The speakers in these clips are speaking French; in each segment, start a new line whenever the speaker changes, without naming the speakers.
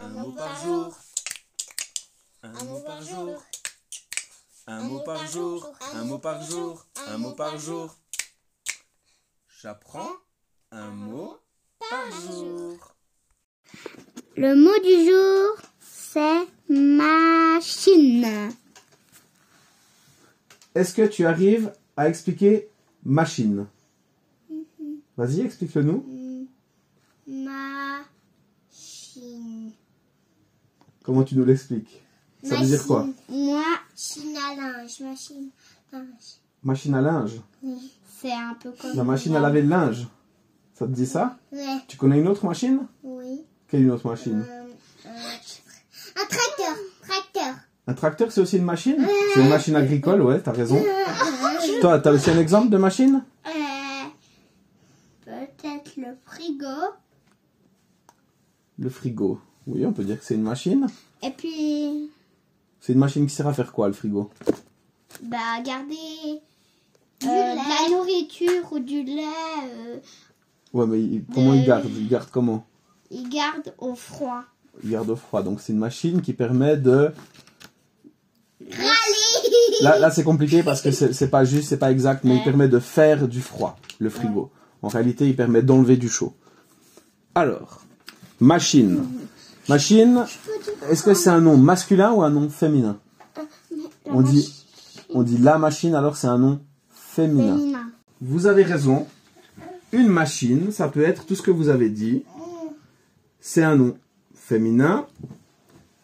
Un mot par jour.
Un mot par jour. Un mot par jour. Un mot par jour. Un mot par jour. J'apprends un mot par jour.
Le mot du jour, c'est machine.
Est-ce que tu arrives à expliquer machine Vas-y, explique-le nous.
Machine.
Comment tu nous l'expliques Ça veut dire quoi
Moi, machine à linge, machine à linge.
Machine à linge.
C'est un peu comme.
La machine à laver le linge. Ça te dit ça
Ouais,
Tu connais une autre machine
oui.
Quelle est une autre machine
Euh, euh, un tracteur, tracteur.
Un tracteur, c'est aussi une machine C'est une machine agricole, ouais, t'as raison. Toi, t'as aussi un exemple de machine
Euh, Peut-être le frigo.
Le frigo. Oui, on peut dire que c'est une machine.
Et puis,
C'est une machine qui sert à faire quoi, le frigo
bah, garder euh, de la nourriture ou du lait, euh,
Ouais, mais il- comment il
Euh.
garde Il garde comment
ils gardent au froid.
Il garde au froid. Donc c'est une machine qui permet de... Là, là c'est compliqué parce que c'est c'est pas juste, c'est pas exact, mais il
Ouais.
permet de faire du froid, le frigo. En réalité, il permet d'enlever du chaud. Alors, machine. Machine, est-ce que c'est un nom masculin ou un nom féminin On dit, on dit la machine, alors c'est un nom féminin.
Féminin.
Vous avez raison. Une machine, ça peut être tout ce que vous avez dit. C'est un nom féminin.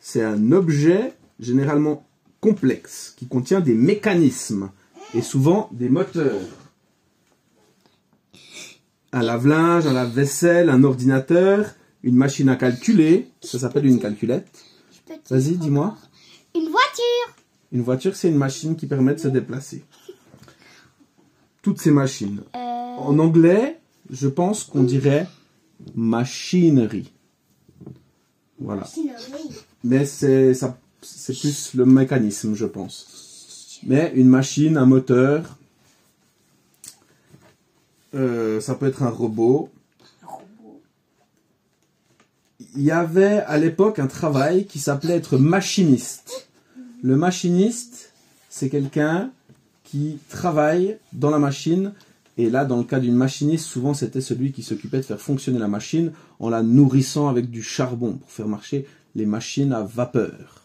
C'est un objet généralement complexe qui contient des mécanismes et souvent des moteurs. Un lave-linge, un lave-vaisselle, un ordinateur, une machine à calculer, ça s'appelle une calculette. Vas-y, dis-moi.
Une voiture.
Une voiture, c'est une machine qui permet de se déplacer. Toutes ces machines.
Euh,
En anglais, je pense qu'on dirait machinerie. Voilà. Mais c'est ça, c'est plus le mécanisme, je pense. Mais une machine, un moteur, euh, ça peut être un robot. Il y avait à l'époque un travail qui s'appelait être machiniste. Le machiniste, c'est quelqu'un qui travaille dans la machine. Et là, dans le cas d'une machiniste, souvent c'était celui qui s'occupait de faire fonctionner la machine en la nourrissant avec du charbon pour faire marcher les machines à vapeur.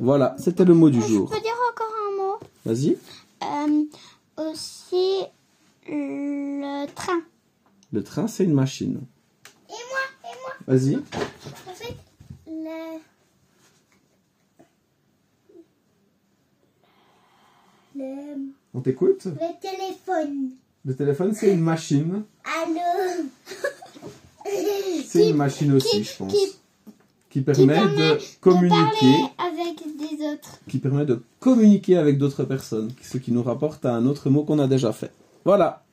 Voilà, c'était le mot du
je
jour.
peux dire encore un mot.
Vas-y.
Euh, aussi, le train.
Le train, c'est une machine.
Et moi, et moi.
Vas-y.
En fait, le... Le...
On t'écoute
le téléphone.
Le téléphone, c'est une machine.
Allô
C'est une machine aussi,
qui-
je pense.
qui-
Qui permet de communiquer.
De parler avec des autres.
qui permet de communiquer avec d'autres personnes, ce qui nous rapporte à un autre mot qu'on a déjà fait. Voilà.